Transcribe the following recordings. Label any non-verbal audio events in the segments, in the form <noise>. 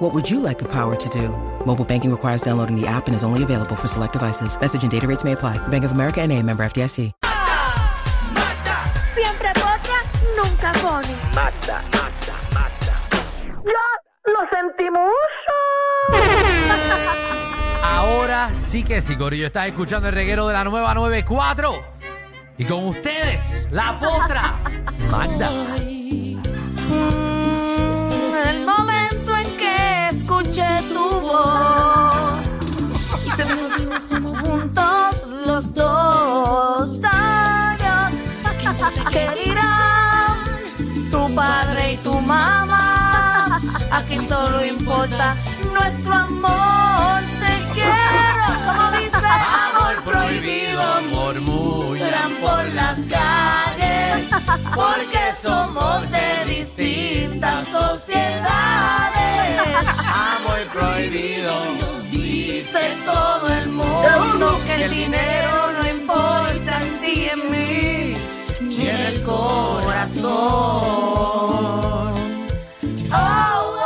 What would you like the power to do? Mobile banking requires downloading the app and is only available for select devices. Message and data rates may apply. Bank of America and a member FDIC. Siempre potra, nunca pone. ¡Lo sentimos! Ahora sí que sí, Corillo. Estás escuchando el reguero de la nueva 94. Y con ustedes, la potra, Magda. El momento en que escuché tu voz y sentimos juntos los dos daños que dirán tu padre y tu mamá. Aquí solo importa nuestro amor. Te quiero, como dice amor prohibido. murmullan Lloran por las calles porque somos de distintas sociedades. Amor prohibido. Dice todo el mundo que el dinero no importa en ti, en mí, ni en el corazón. Oh, oh,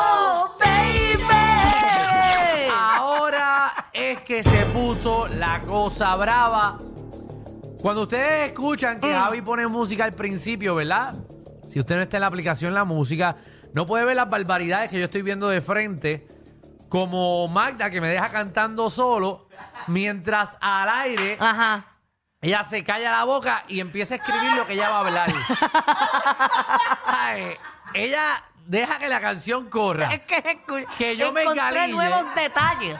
baby. Ahora es que se puso la cosa brava. Cuando ustedes escuchan que Javi pone música al principio, ¿verdad? Si usted no está en la aplicación la música, no puede ver las barbaridades que yo estoy viendo de frente, como Magda que me deja cantando solo, mientras al aire Ajá. Ella se calla la boca y empieza a escribir lo que ella va a hablar. Ay, ella deja que la canción corra. Es que, escu- Que yo me encontré engalille. nuevos detalles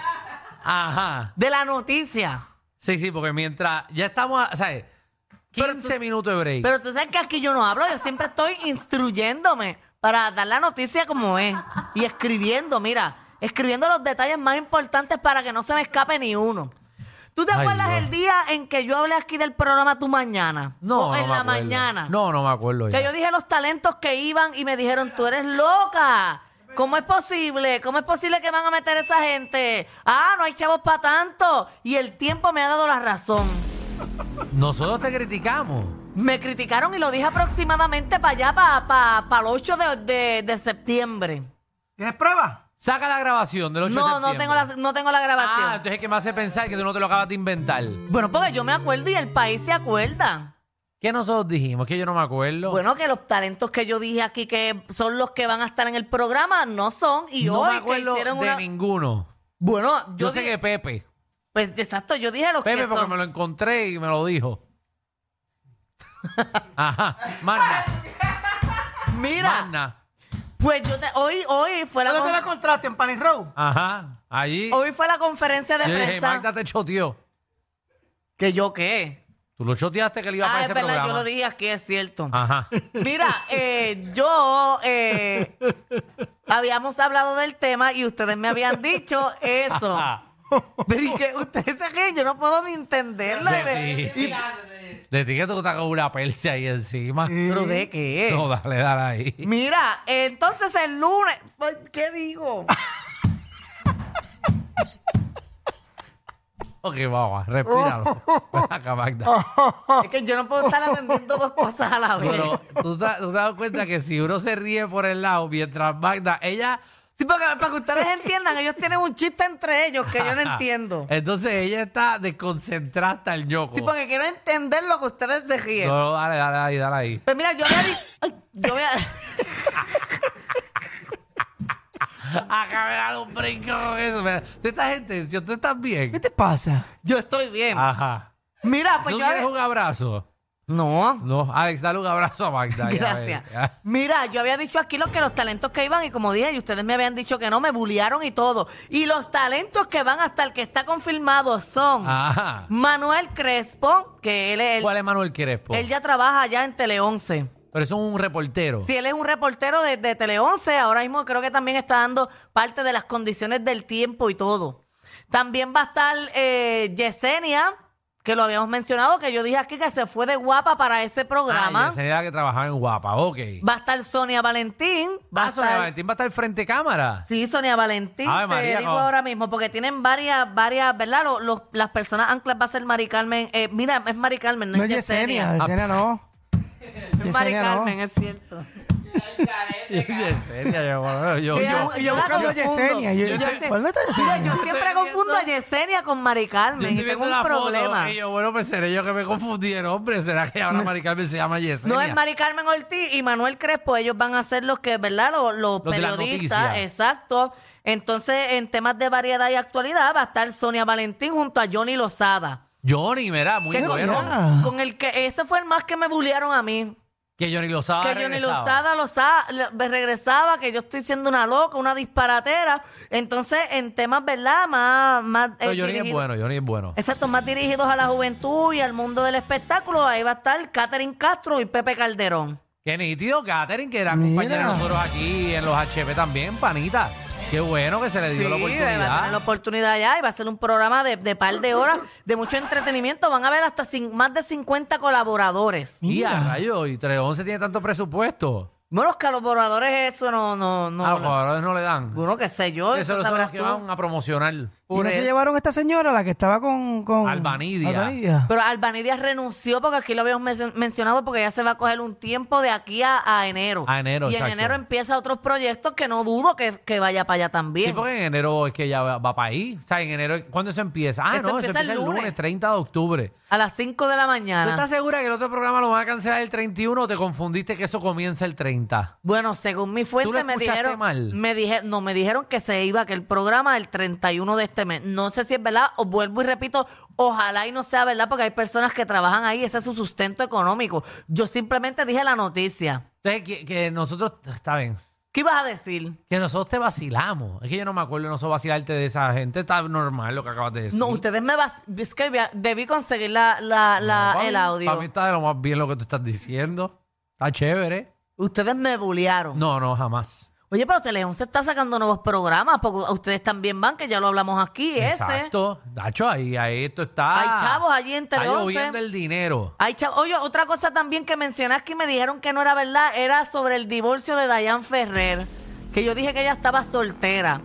Ajá. de la noticia. Sí, sí, porque mientras ya estamos, a- ¿sabes? 15 minutos de break. Pero tú sabes que aquí yo no hablo, yo siempre estoy instruyéndome para dar la noticia como es. Y escribiendo, mira, escribiendo los detalles más importantes para que no se me escape ni uno. ¿Tú te Ay, acuerdas Dios. el día en que yo hablé aquí del programa Tu Mañana? O no, no en me la acuerdo. mañana. No, no me acuerdo. ya. Que yo dije los talentos que iban y me dijeron, tú eres loca. ¿Cómo es posible? ¿Cómo es posible que van a meter a esa gente? Ah, no hay chavos para tanto. Y el tiempo me ha dado la razón. Nosotros te criticamos. Me criticaron y lo dije aproximadamente para allá, para, el 8 de, de- de septiembre. ¿Tienes prueba? Saca la grabación del 8 de No, no septiembre. tengo, la, no tengo la grabación. Ah, entonces es que me hace pensar que tú no te lo acabas de inventar. Bueno, porque yo me acuerdo y el país se acuerda. ¿Qué nosotros dijimos? Que yo no me acuerdo. Bueno, que los talentos que yo dije aquí que son los que van a estar en el programa no son. Y no hoy me acuerdo que hicieron de una. ninguno. Bueno, Yo, yo sé dije- que Pepe. Pues exacto, yo dije los Pepe, que porque son. me lo encontré y me lo <laughs> dijo. Ajá, Magna, Mira, Magna. pues yo te- hoy hoy fue la ¿Dónde con- te la contraste? ¿En Pan Row? Ajá, allí. hoy fue la conferencia de Yo dije, prensa Magda te choteó. que yo qué. Tú lo choteaste que le iba a Ah, para es ese verdad, programa. Ah, yo lo dije aquí, es cierto. Ajá. Mira, eh, yo eh, habíamos hablado del tema y ustedes me habían dicho <laughs> eso. <laughs> Ah. <laughs> Pero y que ustedes se ríen, yo no puedo ni entenderlo. de ti. De ti que tú estás con una persia ahí encima. ¿Pero de qué? No, dale, dale ahí. Mira, entonces el lunes, pues, ¿qué <laughs> digo? Ok, <laughs> vamos, respíralo. Ven acá, Magda. Ah. Es que yo no puedo estar atendiendo dos cosas a la vez. Pero tú te, tú te das cuenta que si uno se ríe por el lado, mientras Magda, ella Sí, porque para que ustedes entiendan, ellos tienen un chiste entre ellos que <laughs> yo no entiendo. Ah. Entonces ella está desconcentrada hasta el ñoco. Sí, porque quiero entender lo que ustedes se ríen. No, no, dale, dale ahí, dale ahí. Pero mira, yo había dicho... Ay, yo había- <laughs> Acabé de dar un brinco con eso. mira. Si esta gente, si usted está bien. ¿Qué pasa? Yo estoy bien. Ah. Ajá. Mira, pues ¿Tú yo quieres había... un abrazo? No, No, Alex, dale un abrazo a Magda. ya, a ver. Ah. gracias. <laughs> Mira, yo había dicho aquí lo que los talentos que iban y como dije, y ustedes me habían dicho que no, me bullearon y todo. Y los talentos que van hasta el que está confirmado son Ajá. Manuel Crespo, que él es... Ah. ¿Cuál es Manuel Crespo? Él ya trabaja allá en Tele 11. Pero eso es un reportero. Si él es un reportero de, de Tele 11, ahora mismo creo que también está dando parte de las condiciones del tiempo y todo. También va a estar eh, Yesenia, que lo habíamos mencionado, que yo dije aquí que se fue de guapa para Ah, ese programa. Esa era que trabajaba en Guapa, ok. va a estar Sonia Valentín. Va a Ah, Sonia estar- Valentín va a estar frente <laughs> a cámara. Sí, Sonia Valentín, Ave te María, digo no. ahora mismo, porque tienen varias, varias, ¿verdad? Los- los- las personas anclas va a ser Mari Carmen. eh, mira, es Mari Carmen, no, No es es Yesenia. Yesenia, Yesenia no. Es Mari Yesenia no. Carmen, es cierto. Yesenia, yo, bueno, yo- Mira, yo- Y yo la buscando confundo. Yesenia. y Yo, Yo sé- ¿Cuál no está Mira, Yesenia? yo siempre confundo a Yesenia con Mari yo Carmen estoy y tengo viendo un la problema. foto y yo, bueno, pues seré yo que me confundieron, hombre. ¿Será que ahora Mari Carmen se llama Yesenia? No es Mari Carmen Ortiz y Manuel Crespo, ellos van a ser los que, ¿verdad? Los, los Los de la periodistas, noticia. exacto. Entonces, en temas de variedad y actualidad va a estar Sonia Valentín junto a Johnny Lozada. Johnny, mira, muy Que con, bueno. coño? con el que ese fue el más que me bullearon a mí. Que Johnny Lozada que Johnny Ah, regresaba. Lozada, Lozada lo- me regresaba, que yo estoy siendo una loca, una disparatera. Entonces, en temas, ¿verdad? Más, más eh, Pero Johnny es dirigido- bueno, Johnny es bueno. Exacto, más dirigidos a la juventud y al mundo del espectáculo. Ahí va a estar Catherine Castro y Pepe Calderón. Qué nítido, Katherine, que era Mira. compañera de nosotros aquí en los HP también, panita. Qué bueno que se le dio la va a tener la oportunidad. oportunidad allá y va a ser un programa de, de par de horas de mucho entretenimiento. Van a haber hasta cin- más de 50 colaboradores. Y a rayo, y 311 tiene tanto presupuesto. No, los colaboradores, eso no, no, no. a los jugadores no le dan. Uno que sé yo, Ah, Esos eso son los sabrás que tú. van a promocionar. Y no Por se eso. llevaron a esta señora, la que estaba con. con Albanidia. Albanidia. Pero Albanidia renunció porque aquí lo habíamos men- mencionado porque ya se va a coger un tiempo de aquí a, a enero. A enero, Y exacto. en enero empieza otros proyectos que no dudo que, que vaya para allá también. Sí, porque en enero es que ya va, para ahí. O sea, en enero, ¿cuándo se empieza? Ah, Eso no, empieza eso empieza el el lunes, lunes, 30 de octubre. A las 5 de la ¿Tú mañana. estás segura que el otro programa lo van a cancelar el 31 o te confundiste que eso comienza el 30? Bueno, según mi fuente me escuchaste dijeron, mal? me dije, no me dijeron que se iba que el programa el 31 de este mes. No sé si es verdad, o vuelvo y repito, ojalá y no sea verdad porque hay personas que trabajan ahí, ese es su sustento económico. Yo simplemente dije la noticia. Entonces, que, que nosotros, está bien, ¿Qué ibas a decir? que nosotros te vacilamos. Es que yo no me acuerdo de nosotros vacilarte de esa gente. Está normal lo que acabas de decir. No, ustedes me vas, es que vea- debí conseguir la, la, la- No, pa' el mí- Para audio. mí está de lo más bien lo que tú estás diciendo. Está chévere. Ustedes me bullearon. No, no, jamás. Oye, pero Teleón se está sacando nuevos programas porque ustedes también van, que ya lo hablamos aquí, ese. Exacto. Dacho, ahí, ahí esto está. Hay eh? chavos allí en Está Teleonce. lloviendo el dinero. Ay, chao. Oye, otra cosa también que mencionaste y me dijeron que no era verdad era sobre el divorcio de Dayan Ferrer, que yo dije que ella estaba soltera.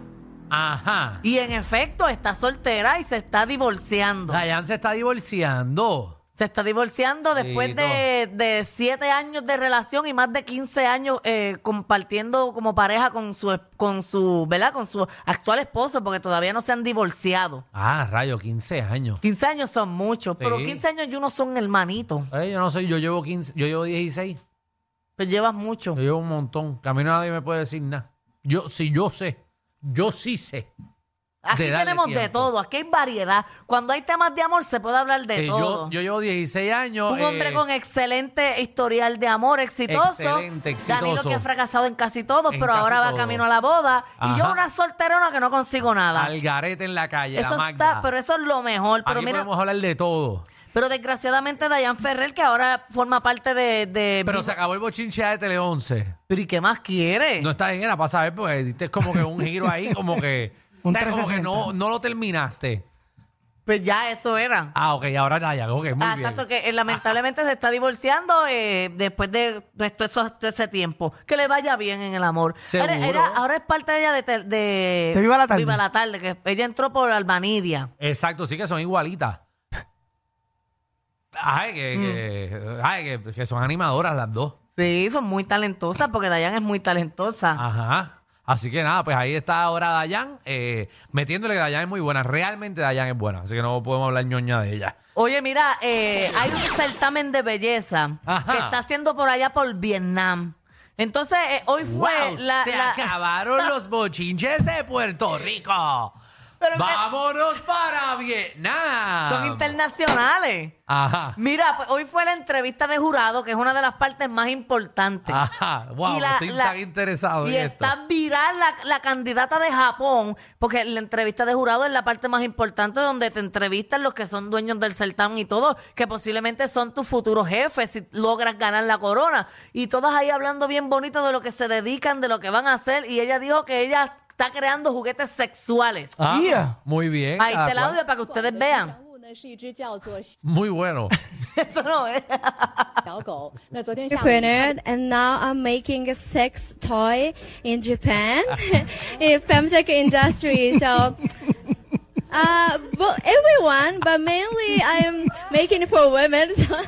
Ajá. Y en efecto, está soltera y se está divorciando. Dayan se está divorciando. Se está divorciando después Dito. de, de siete años de relación y más de 15 años eh, compartiendo como pareja con su, es- con su, ¿verdad? Con su actual esposo, porque todavía no se han divorciado. Ah, rayo, 15 años. 15 años son muchos, pero Sí. 15 años y uno son hermanitos. Eh, yo no sé, yo llevo 15, yo llevo 16. Pues llevas mucho. Yo llevo un montón. Que a mí nadie me puede decir nada. Yo, si yo sé, yo sí sé. Aquí de darle tenemos de tiempo. todo, aquí hay variedad. Cuando hay temas de amor se puede hablar de Eh, todo. yo, yo llevo 16 años. un eh, hombre con excelente historial de amor, exitoso. Excelente, exitoso. Danilo que ha fracasado en casi todo, En pero casi ahora va todo. camino a la boda. Y yo Ajá. una solterona que no consigo nada. al garete en la calle, eso la Magda. está, pero eso es lo mejor. Pero Aquí mira, podemos hablar de todo. pero desgraciadamente Dayan Ferrer, que ahora forma parte de. de- Pero se acabó el bochinche de Tele 11. Pero ¿y qué más quiere? No está bien, era para saber, pues diste como que un giro ahí, como <laughs> que. Un ¿sabes? Como que 360. no, no lo terminaste. Pues ya eso era. Ah, ok, ahora Dayan, ok, muy Ah, bien. Exacto, que eh, lamentablemente se está divorciando eh, después de, de todo eso- de ese tiempo. Que le vaya bien en el amor. Seguro. Ahora- era- ahora es parte de ella de, tel- de- De Viva la Tarde. Viva la Tarde, que ella entró por Albanidia. Exacto, sí que <laughs> son igualitas. Ay, que, Mm. que- ay, que, que son animadoras las dos. Sí, son muy talentosas porque Dayan es muy talentosa. Ajá. Así que nada, pues ahí está ahora Dayan, eh, metiéndole que Dayan es muy buena. Realmente Dayan es buena, así que no podemos hablar ñoña de ella. Oye, mira, eh, hay un certamen de belleza Ajá. que está haciendo por allá por Vietnam. Entonces, eh, hoy fue ¡Wow! la- se la- <laughs> acabaron los bochinches de Puerto Rico. Pero que- Vámonos para Vietnam. Son internacionales. Ajá. <laughs> Mira, pues hoy fue la entrevista de jurado, que es una de las partes más importantes. Ajá. Ah, Wow, Y la- estoy la- tan interesado Y en esto. está viral la, la candidata de Japón, porque la entrevista de jurado es la parte más importante donde te entrevistan los que son dueños del certamen y todo, que posiblemente son tus futuros jefes si logras ganar la corona. Y todas ahí hablando bien bonito de lo que se dedican, de lo que van a hacer. Y ella dijo que ella está creando juguetes sexuales. Ah, Guía. Muy bien. Ahí cada está el cual. audio para que ustedes vean. <laughs> Una 的是一只叫做小 Muy bueno. Eso no es. 狗。那昨天下午 entrepreneur and now I'm making a sex toy in Japan in femtech industry. So uh, but everyone, but mainly I'm making it for women. So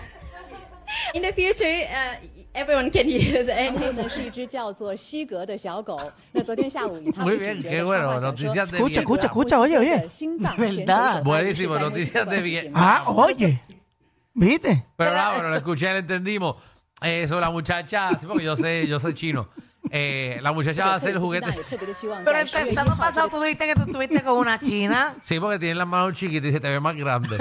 <laughs> in the future, uh, everyone can use 看 it. 的是一只叫做西格的小狗。那昨天下午以他 Muy 们 bien, 只 qué 觉得 bueno. 插画小 Noticias 说 de Escucha, mierda. escucha, escucha, oye, oye. 心脏 De verdad. Buenísimo, noticias de bien. 啊 Ah, oye. ¿Viste? Pero nada, pero lo escuché, lo entendimos. Eh, Eso, la muchacha, sí, porque yo sé, yo soy chino. Eh, la muchacha va <laughs> a hacer juguetes. Pero el pasado pasado tú dijiste que tú estuviste con una <laughs> china. Sí, porque tiene las manos chiquitas y se te ve <laughs> más grande.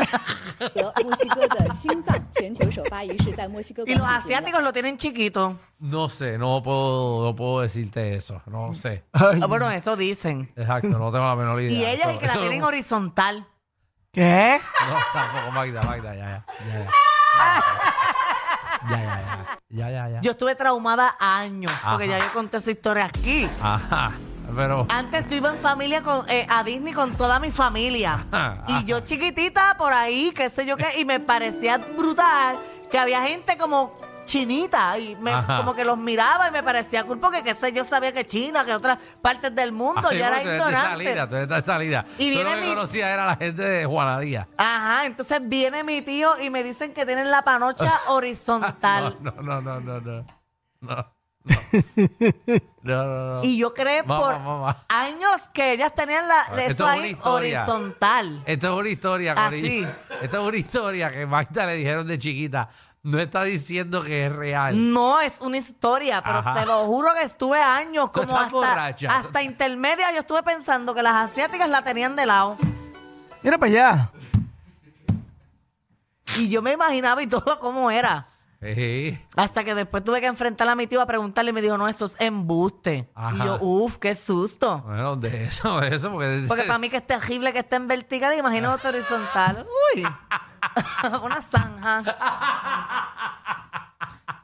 墨西哥的心脏全球首发仪式在墨 <laughs> 西哥 Y 广 los 场举行。 asiáticos lo tienen chiquito. No sé, no puedo, no puedo decirte eso. No sé. Ah, Bueno, eso dicen. Exacto, no tengo la menor idea. <laughs> Y ella es ah, Eso- el que la eso- tienen horizontal. ¿Qué? No, tampoco, Magda, Magda, ya, ya. Ya, ya. Ya, ya, ya. Ya, ya, ya. Yo estuve traumada años, porque ya Ajá. yo conté esa historia aquí. Ajá, pero. Antes yo iba en familia con, eh, a Disney con toda mi familia. Ajá, y ajá. yo chiquitita por ahí, qué sé yo qué, y me parecía brutal que había gente como chinita y me- Ajá. como que los miraba y me parecía cool porque qué sé yo sabía que China, que otras partes del mundo, Así yo Ah, era Ah, porque tú ignorante. eres de salida, tú eres de salida. Y Tú lo viene que mi- conocía era la gente de Juanadía. Ajá, entonces viene mi tío y me dicen que tienen la <laughs> panocha horizontal. No, no, no, no, no. No, <laughs> no. No, no, no. Y yo creé Mamá, por mamá. Ah, años que ellas tenían la, Esto eso es una ahí historia. horizontal. Esto es una historia, Así. Corillo. Esto es una historia que Magda le dijeron de chiquita. No está diciendo que es real. No, es una historia, pero Ajá. te lo juro que estuve años <laughs> Tú como estás hasta, borracha. hasta intermedia. Yo estuve pensando que las asiáticas la tenían de lado. Mira para allá. Y yo me imaginaba y <laughs> todo cómo era. Sí. Hasta que después tuve que enfrentar a mi tío a preguntarle y me dijo, no, eso es embuste. Ajá. Y yo, uff, qué susto. Bueno, de eso, de eso, porque... Porque para mí que es terrible que esté en vertical, imagínate horizontal. Uy, <laughs> una zanja.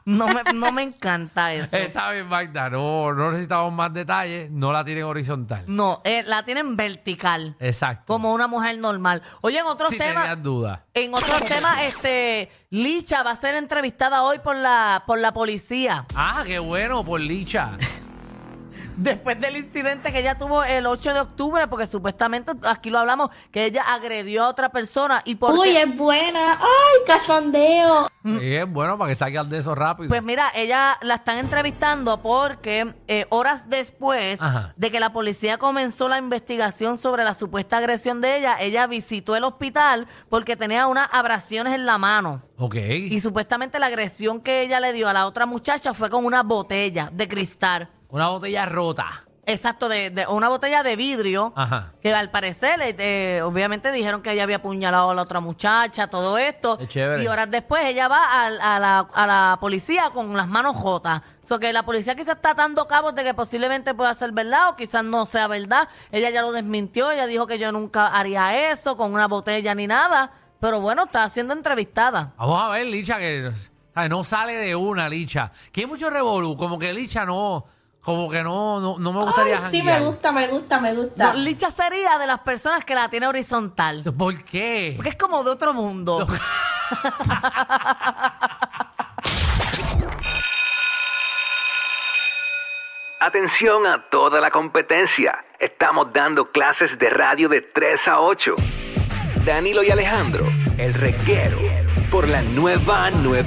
No me, no me encanta eso. Está bien, Magda. No, no necesitamos más detalles. No la tienen horizontal. No, eh, la tienen vertical. Exacto. como una mujer normal. Oye, en otros si temas, tenías dudas. en otros temas, este, Licha va a ser entrevistada hoy por la, por la policía. Ah, qué bueno, por Licha. Después del incidente que ella tuvo el 8 de octubre, porque supuestamente aquí lo hablamos, que ella agredió a otra persona y por qué? es Oh, buena. ¡Ay, cachondeo! Y es bueno para que salgan de eso rápido. Mm. Pues mira, ella la están entrevistando porque eh, horas después Ajá. de que la policía comenzó la investigación sobre la supuesta agresión de ella, ella visitó el hospital porque tenía unas abrasiones en la mano. ok. Y supuestamente la agresión que ella le dio a la otra muchacha fue con una botella de cristal. Una botella rota. Exacto, de, de- una botella de vidrio. Ajá. Que al parecer, eh, eh, obviamente dijeron que ella había apuñalado a la otra muchacha, todo esto. Qué chévere. Y horas después ella va al- a, la, a la policía con las manos jotas. O sea, que la policía quizás está dando cabos de que posiblemente pueda ser verdad o quizás no sea verdad. Ella ya lo desmintió, ella dijo que yo nunca haría eso con una botella ni nada. Pero bueno, está siendo entrevistada. Vamos a ver, Licha, que ay, no sale de una, Licha. Que hay mucho revolú. Como que Licha no... Como que no, no, no me gustaría sí, me janguear. gusta, me gusta, me No, gusta. Licha sería de las personas que la tiene horizontal. ¿Por qué? Porque es como de otro mundo. Atención a toda la competencia. Estamos dando clases de radio de 3 a 8. Danilo y Alejandro, el reguero, por la nueva 9.